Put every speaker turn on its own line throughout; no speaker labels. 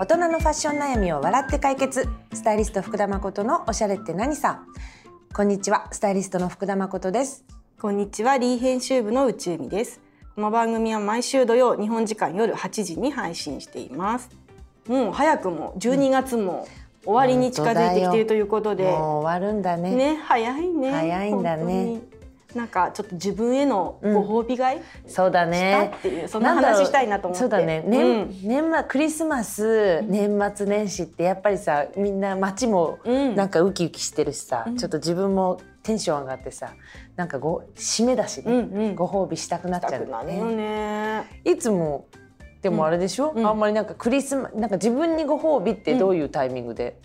大人のファッション悩みを笑って解決スタイリスト福田誠のおしゃれって何さこんにちはスタイリストの福田誠です
こんにちは、リー編集部の内海です。この番組は毎週土曜、日本時間夜8時に配信しています。もう早くも12月も終わりに近づいてきているということで、
もう終わるんだね
ね、早いね。
早いんだね
本当に。なんかちょっと自分へのご褒美買い
そうだ
した
ね
っていう、そんな話したいなと思って。
んだろうそうだね、
う
年
ん
年末クリスマス年末年始ってやっぱりさみんな街も
うん
なんかウキウキしてるしさ、
うん
ちょっと自分もテンション上がってさなんかご締めだし
う
ね、
んうん。
ご褒美したくなっちゃ
した
う
く
んだ
な
よ
るよ
ね。
ね。
いつもでもあれでしょ、
うん
あんまりなんかクリスマなんか自分にご褒美ってどういうタイミングで、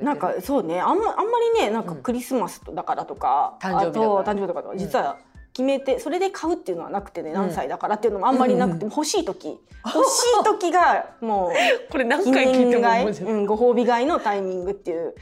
なんかそうねあん,、まあんまりねなんか
うん
クリスマスだからとか、
誕生日だから
あと誕生日とかとか実は決めて、それで買うっていうのはなくてね何歳だからっていうのもあんまりなくて、欲しい 時欲しい時がもう
これ何
記念買い、うん、ご褒美買いのタイミングっていう
欲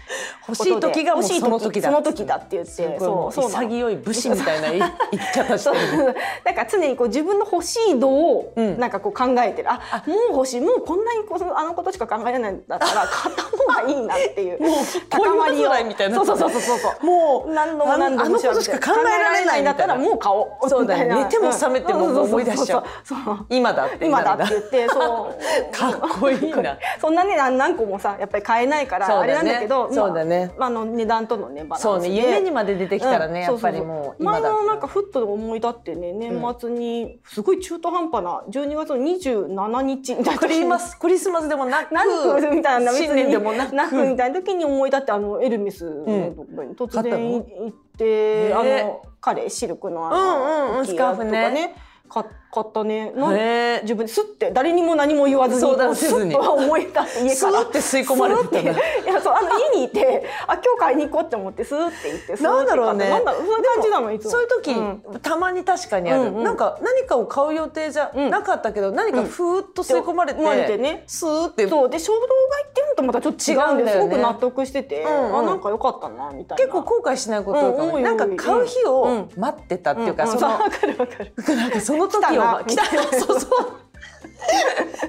こ
し
とで
い時がもうその時だ
欲しい時その時だって言って
すごいもう
そうそうなの
潔い武士みたいな言い言い方して
そう
るね
だから常にこう自分の欲しい度を
うん
なんかこう考えてる、あもう欲しいもうこんなにこうあのことしか考えられないんだ から買った方がいいなっていう
もう
高ま
恋
りを
煩いみたいな
そうそうそうそうそう
もう
何度 も何度も
あのあのことしか考えられない
ん
んだ
だっ
ったた
ら
ら
もう買おう
そうだね
みたいな
寝ても覚めても
んそそそ
思い出しちゃう
そうそう
今だって
今
な
だ
るん
って言って そう
かっこ いいな
そんなね何何個もさやっぱり買えないから
そ
あ
う
れ
だね
なんだけど
そうだね
まああの値段とのねバランスで
そうね夢にまで出てきたらね、
うん
やっぱりもう
そそ
今
そ
だ
前のなんかふっと思い立ってね年末にすごい中途半端な12月の27日みたいな
クリ
時に
マ スクリスマスでもなく
な くみたいな別に
新年でもなく
なくみたいな時に思い立ってあのエルメスのところに突然行って、
買ったのね
あの彼シルクのあ
う
の、
んうんうん
クッキ
ス
ー屋
カーフね
とかねか買ったねなん
ね
自分ですって誰にも何も言わずに
相談せずに
スッと思い立って家から
スーッて吸い込まれてたんだ
スーッていやそうあの家にいてあ今日買いに行こうって思ってスーって行ってスー
な
ッ
ん
て
だ
買った
ろうね
なんだろうそういう感じなのいつも
そういう時、
ん
たまに確かにある、
うんうん
なんか何かを買う予定じゃなかったけど、何かふーっと吸い込まれて,、
うんでね
スーって
そうで衝動買いっていうのとまたちょっと違うん
違うん
で
だ
す
よ
ご
ね
く納得してて、
んうん
あなんか良かったなみたいな
結構後悔しないこと多いかも
う
ねな
ん多
ん
い
か
多い
買う日
う
を
ん
待ってたっていうか、
うん
その
わかるわかる
なんかその時を
来たな
来たそうそう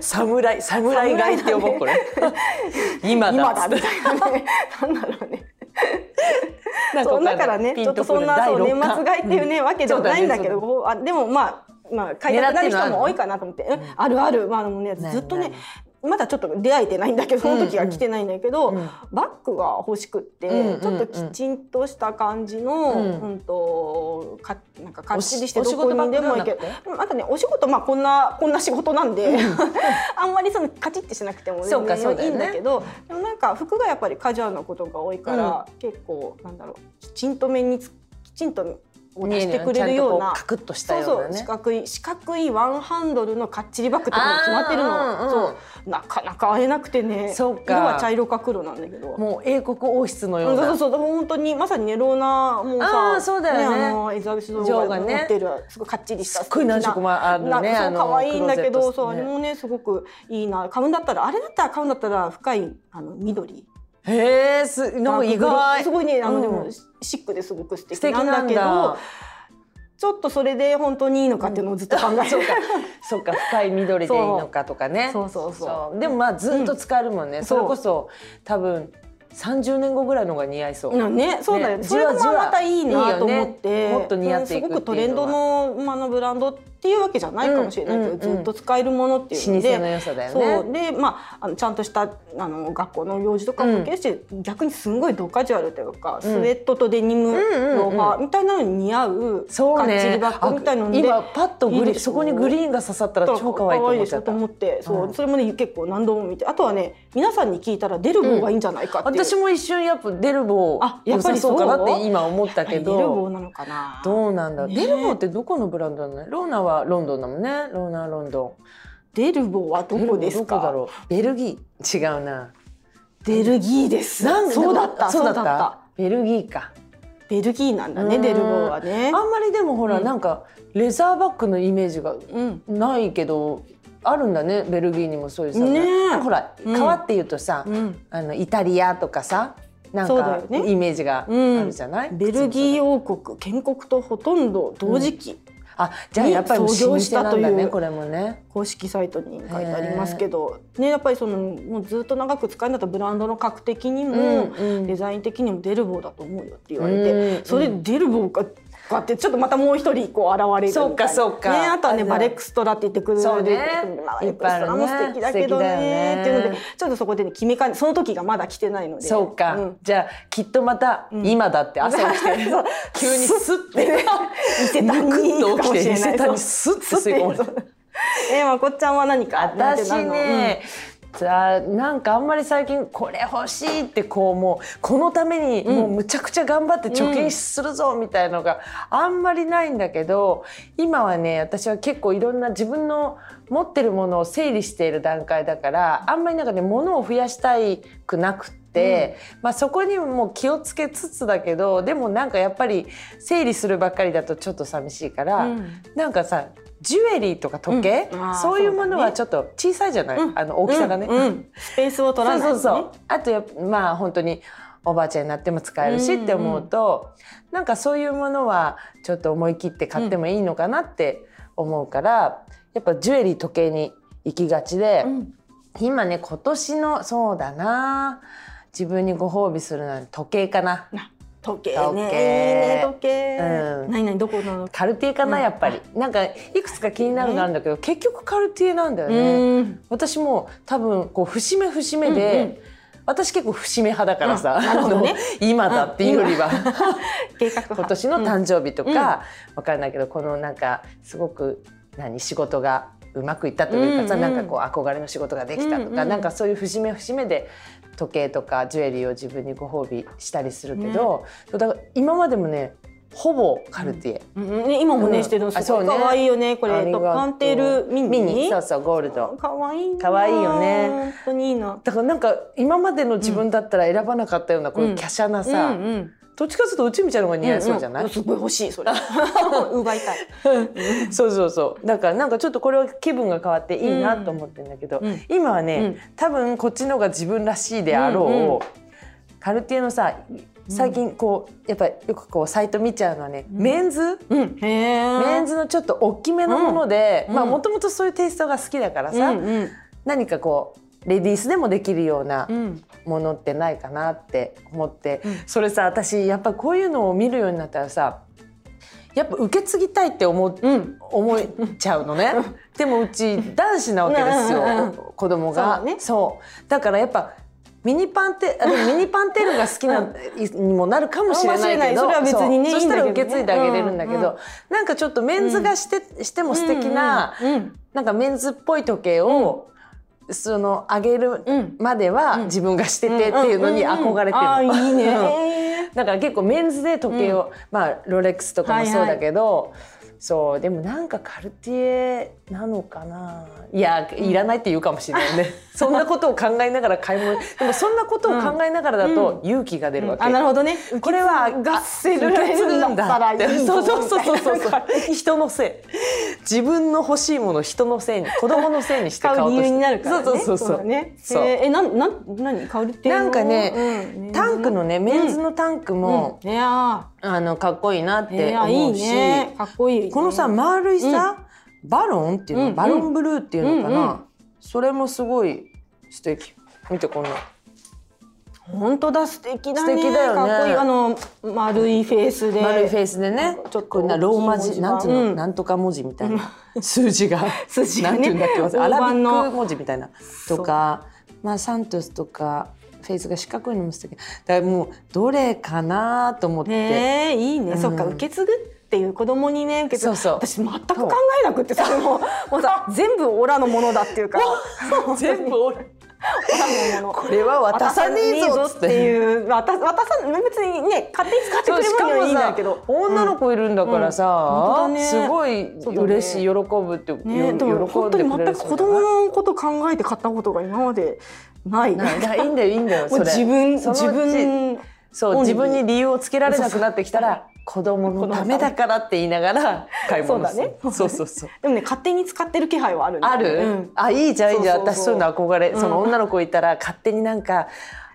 侍侍がいって呼ぼうこれ今だ
今だ
っつっ
み
て
たいなね なんだろうね
なん
そう
わ
だ
んない
からね
ピ
ちょ
ン
っと
とくる
そんなそう
第
年
六感
末買いっていうねわけではないんだけ
そ
ど
うだ
こうあでもまあまあ買いたくなる人も多いかなと思ってうんあるあるまああのね
ない
ずっとね
ない
まだちょっと出会えてないんだけどその時は来てないんだけど、
うんうん
バッグが欲しくって、
うん
ちょっときちんとした感じの、
う
うんんとかなんかかっちりして
お
ど
仕
こにでも行
お
け
仕事バッグなんだ
るうんあとねお仕事まあこんなこんな仕事なんで、 あんまりそのカチッてしなくても
そう
全
かそう
然
だ
いい
よね
んだけど、でもなんか服がやっぱりカジュアルなことが多いから、結構なんだろうきちんと目につきちんとを出してくれるよ
ちゃん
うな
とこうカクッとした
そう
よう
そ
な
う
ね
四角い四角いワンハンドルのかっちりバッグとかも決まってる
あーうん
の、
うん
そうなかなか会えなくてね
そうか
色は茶色か黒なんだけど。
もう英国王室の
う
よ
ん
うな
そうそうそう本当にまさにねローナも
あー
さ
そうだよね
あのエリザベス女
女王
王
が
が
ね
持ってる、すごいかっちりした
すっごい何色もあるね
な
あ
そう
の
可愛いんだけど、
クロ
そう
ー
あ
ゼットですね
れもねすごくいいな買うんだったらあれだったら買うんだったら深いあの緑
へえすなんか意外
すごいねあの、で
う
も
ん
シックですごく素敵
素敵
なん
な
だ
ん
け
だ
どちょっとそれで本当にいいのかっていうのをずっと考えて
そう
る、
かそうか深い緑でいいのかとかね
そうそうそう
そうでもまあずっと使えるもんね、
ん
それこそ多分30年後ぐらいのが似合いそう、
な ね、そうだよ、
ね
ね、それも
じわじわ
またいいなと思って
いいよねもっと似合っていく
う
ってい
んすご
うのは
くトレンドの,、まあ、あのブランドっていうわけじゃないかもしれないけ
うんう
ど、
んうん
ずっと使えるものっていう
老舗
ので
の良さだよね
そうで、まあ、あのちゃんとしたあの学校の用事とかも受けるし、逆にすごいドカジュアルというか、スウェットとデニムローファーみたいなのに似合う
そう
かっち
ね
りバッグみたいなので。
今パッとグリ
いい
ーン
でしょ
そこにグリーンが刺さったら超可愛いと思っちゃった
可愛いでしょと思ってそう、
うん
それもね結構何度も見てあとはね皆さんに聞いたら出る方がいいんじゃないかっていう、
私も一瞬やっぱデルボー
あやっぱ
良
り
さそうかなっ
そう
て今思ったけど
やっぱりデルボーなのかな
どうなんだ、
ね
デルボーってどこのブランドなのローナはロンドンだもんねローナはロンド
デルボーはど
ン
こですか
デルボーどこだろうベルギー違うな
ベルギーです
なんで
そうだった
そうだっ
そ
た
うだった
ベルギーか
ベルギーなんだね
うん
デルボーはね
あんまりでもほら、
うん
なんかレザーバッグのイメージが
うん
ないけどあるんだねベルギーにもそういうさ、
ねえ
なんかほら
うん
川っていうとさ、
うん
あのイタリアとかさなん
そうだ
か
よね
イメージがあるじゃない、
ベルギ
ー
ー王国建国とほとんど同時期、
あじゃあやっぱりもう
創業
老
し
舗
た
な
と
ん
い
だ
う
ねこれもね。
公式サイトに書いてありますけど、ね、やっぱりそのもうずっと長く使いになったブランドの格的にも、
うん
デザイン的にもデルボーだと思うよって言われて、
うん
それ
う
でデルボーかかってちょっとまたもう一人こう現れるみたいな
そうかそうか
ね、あとはね
あの
バレックストラって言ってくれる
そうね
まあバ
い
レ
っ
ック
ぱいあるね
ストラも素敵だけど
素敵だよ
ねってい
ね
うのでちょっとそこでね決めかねその時がまだ来てないので
そうか、
ん
じゃあきっとまた
うん
今だって朝起きて、
そう
急にスッ て
伊勢丹に
むく
行
っと
くか
起
も
き
して
伊
れない
勢丹にスッて吸い込まれた
そうそうえまこっちゃんは何かなんて
私
何のうん
ね、さあなんかあんまり最近これ欲しいってこうもうこのためにもうむちゃくちゃ頑張って貯金するぞみたいのがあんまりないんだけど今はね私は結構いろんな自分の持ってるものを整理している段階だからあんまりなんかね物を増やしたいくなくって。まあ、そこにも気をつけつつだけどでもなんかやっぱり整理するばっかりだとちょっと寂しいから、
うん
なんかさジュエリーとか時計、
うんあー
そういうもの
そうだ
は
ね
ちょっと小さいじゃない、
うん
あの大きさがね。
うんうんスペースを取
そ
ら
う
ない、
そう
ね、
そうあとやっぱまあ本当におばあちゃんになっても使えるしって思うと、なんかそういうものはちょっと思い切って買ってもいいのかなって思うから、やっぱジュエリー時計に行きがちで、
ん
今ね今年のそうだな自分にご褒美するのは時計かな。
時計ね
時計
いいね時計、
うん
何何どこなの
カルティエかな、
うん
やっぱりなんかいくつか気になるのがあるんだけど、結局カルティエなんだよ
う
ね。
ん
私も多分こう節目節目で、
うんうん
私結構節目派だからさ、
うんなるほどね
あの今だっていうよりは
計画派
今年の
うん
誕生日とか、
うん
わかんないけどこのなんかすごく何仕事がうまくいったというかさ、
うんうん
なんかこう憧れの仕事ができたとか、
うんうん
なんかそういう節目節目で時計とかジュエリーを自分にご褒美したりするけど、だから今までもねほぼカルティエ。
うんね今もね、
うん
してるの
あ
す
そ
ご
う
い
ね
可愛いよねこ
あ
れ
りが
と
とう
パンテールミニ
そうそうゴールド。
可愛いな
可愛いよね
本当にいいな
だからなんか今までの自分だったら選ばなかったようなこういう華奢なさ、
うんうん
どっちかというとうちみたいなのが似合いそうじゃない、
んんすごい欲しい それ奪いたい、
そうそうそうだからなんかちょっとこれは気分が変わっていいなと思ってんだけど、
うん
今はね、
うん
多分こっちのが自分らしいであろう、
うんうん
カルティエのさ最近こうやっぱりよくこうサイト見ちゃうのはね、メンズ
うん、へえ
メンズのちょっと大きめのもので、
うん
まあ
うん
もともとそういうテイストが好きだから
う
さ、
んうん
何かこうレディースでもできるような
うん
ものってないかなって思って、それさ私やっぱこういうのを見るようになったらさやっぱ受け継ぎたいって思う、
うん
思えちゃうのねでもうち男子なわけです
うんうんうん
よ子供が
そうだね
そうだからやっぱミニパンテあでもミニパンテールが好きな、にもなるかもしれないけど
かもしれないそれは別にね
そうそ
い
し
いん
たら
だけどね
受け継いであげれるんだけど、
うんう
なんかちょっとメンズがして,、しても素敵な、
うんうん
なんかメンズっぽい時計を、そのあげる
うん
までは
うん
自分がしててっていうのに憧れてる
ああ
の。
ーいいね
だから結構メンズで時計を、まあロレックスとかもそうだけど、そうでもなんかカルティエなのかないやいらないって言うかもしれない ねそんなことを考えながら買い物でもそんなことを考えながらだと勇気が出るわけ、
あなるほどね
これはガッセルレズンだって
受け継ぐんだったらいいぞ
そうそうそうそうそう
みたいな
人のせい自分の欲しいものを人のせいに子供のせいにして
買
買お
う
うと
理
して
由になるからね。
そうそうそうそう
だね。
そう
えーえなんなん何買うっていうの
なんかね、
うん
タンクのねメンズのタンクも、
うんいや
あのかっこいいなっ
ーい
て
やーい
思
いう
し、
ね。かっこいいね。
このさ丸いさ、バロンっていうの、
うん
バロンブルーっていうのかな、
うんうん
それもすごい素敵見てこの
本当だ素敵だね。
素敵だよね
かっこいいあの丸いフェイスで。
丸いフェイスでね、
ちょっと
こんなローマ字
大きい文字が
なんつうの、
うん
なんとか文字みたいな、数字が
数字が
なん
ね
ていうんだっけ忘れアラビ
大判の
ック文字みたいなとかまあサントスとかフェイスが四角いのも素敵だからもうどれかなと思って。
ねえいいね。そっか
うん
受け継ぐっていう子供にね受け継ぐ。
そうそう
私全く考えなくってそれももうさ全部オラのものだっていうか。
全部俺
オラのもの。
これは渡さねえぞっつっ
ってていう渡渡さ別にね勝手に使ってくれ
し
る
か
分に
も
はいいんだ
さ
けど。
女の子いるんだからさ、
うん本当だね
すごい
そうだね
嬉しい喜ぶって、
ね、
よ
でも
喜ん
本当
で
に
くれ
全
る
く
人
子
じゃない
供のこと考えて買ったことが今までない。
ないだからいいんだよいいんだよ
も
そうれ
自分
そのうち
自分
そう
オン
自
リー
分に理由をつけられなくなってきたら子供のためだからって言いながら買い物する
そうだね
そうそうそう
でもね勝手に使ってる気配はあるんだ
あ
よね。
る、あいいじゃんいいじゃん
そうそうそ
私
う
そういうの憧れ、
うん
その女の子いたら勝手になんか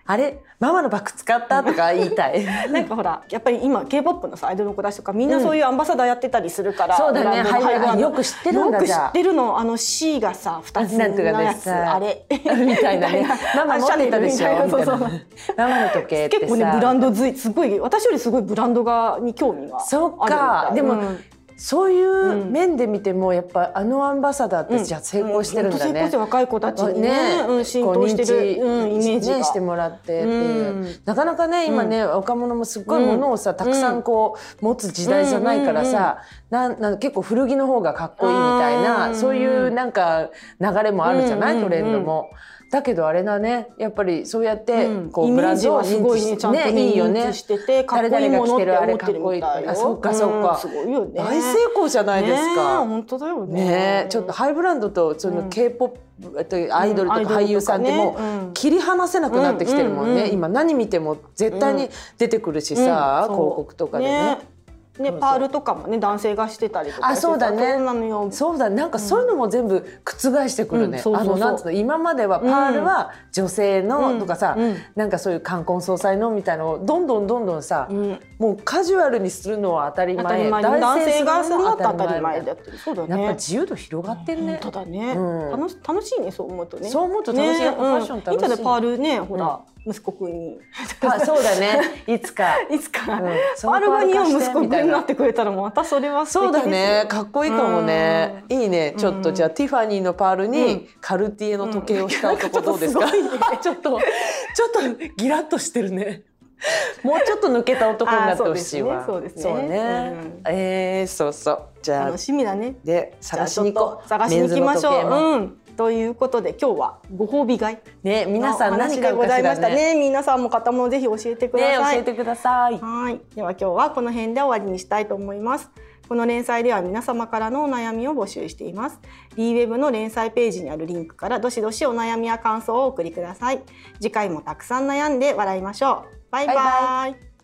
あれママのバッグ使ったとか言い たい
なんかほらやっぱり今 K-POP のさアイドルの子たちとかみんなそういうアンバサダーやってたりするから、
そうだね
ブランドの
はいはい
はい
よく知ってるんだ
よく
じ
知
ゃあ
ってるのあの C がさ2つ
なんとかで
のやつ
さ
あれ
みたいなねママ持ってたでしょ
あシャネ
み
ルみた
た
いな
な
いそうそう
ママの時計ってさ
結構ねブランドずいすごい私よりすごいブランドがに興味がある
そっか
み
で
たい
も
うん
そういう面で見てもやっぱあのアンバサダーってじゃあ成功してるんだ
本当成功
ね
して。若い子たちにねうん、浸透して
こう認知
る、うん、イメージが、
ねしてもらってっていう、
うん
なかなかね今ね、若者もすっごいものをさ、たくさんこう持つ時代じゃないからさ、なんなん結構古着の方がかっこいいみたいな、
うん
そういうなんか流れもあるじゃない、
うん
トレンドも。だけどあれだねやっぱりそうやって
うん
こう、
イ
ブ
メ
ラ
ー
ン
ジ
ドを
はすごい
認知
ねちゃんとね
ねいいよね
認知しててかっこいいものって思ってるみたいよ
あそっかそっ
うん
か、
すごいよね
大成功じゃないですか。
ねえ本当だよね
ねえちょっとハイブランドとその K-POP えっとアイドルとか
うん
俳優さんっても
アイドルとかねう
うん切り離せなくなってきてるもん
うんうん
ね
うん
今何見ても絶対に出てくるしさ
う
広
んそう
告とかでね。
ねパールとかもね男性がしてたりとか
あそうだね
そうなのよ
そうだなんかそういうのも全部覆してくるね
うん。そう
あ
そうそう
のなんつうの今まではパールは女性のとかさ、
うん
なんかそういう冠婚葬祭のみたいなのをどんどんどんどんさ、
うん
もうカジュアルにするのは当たり
当
前
たり前に男性がするの
男
は
性するのは
当たり前だってそうだ
やっぱ
ね
自由度広がってるね
本。当だね、
うん
楽し楽しいねそう思うとね
そう思うと楽しいやっぱファッション楽しい
うん、いつかでパールねほら、息子くんに
あそうだねいつか。
いつか、
うんそ
パ
の
ールが似合う息子
み
く
た
ん
い
にな
な
ってくれたらまたそれは素
そう
敵で
だ
すよ
ねかっこいいかもねいいねちょっとじゃあティファニーのパールにカルティエの時計をした男どうです か
うんなん
ちょっとちょっとギラッとしてるねもうちょっと抜けた男になってほしいわ
あーそうです
そ
ねそううです
ね
ねうん
えーそうそうじゃあ
楽しみだね
で探しに行こう
じゃあちょっと探しに行きまし
メンズ
ょ
の時
う、
計も
うん、ということで今日はご褒美買い
ね皆さん何
で
か
ご
ご
ざ
ざ
い
い
ま
ま
し
したたね
ね皆さんも方もぜひ教えてくだ
ね
さい、
教えてください
はいでは今日はこの辺で終わりにしたいと思いますこの連載では皆様からのお悩みを募集しています DWEB の連載ページにあるリンクからどしどしお悩みや感想をお送りください次回もたくさん悩んで笑いましょうバイバ
バイ
イ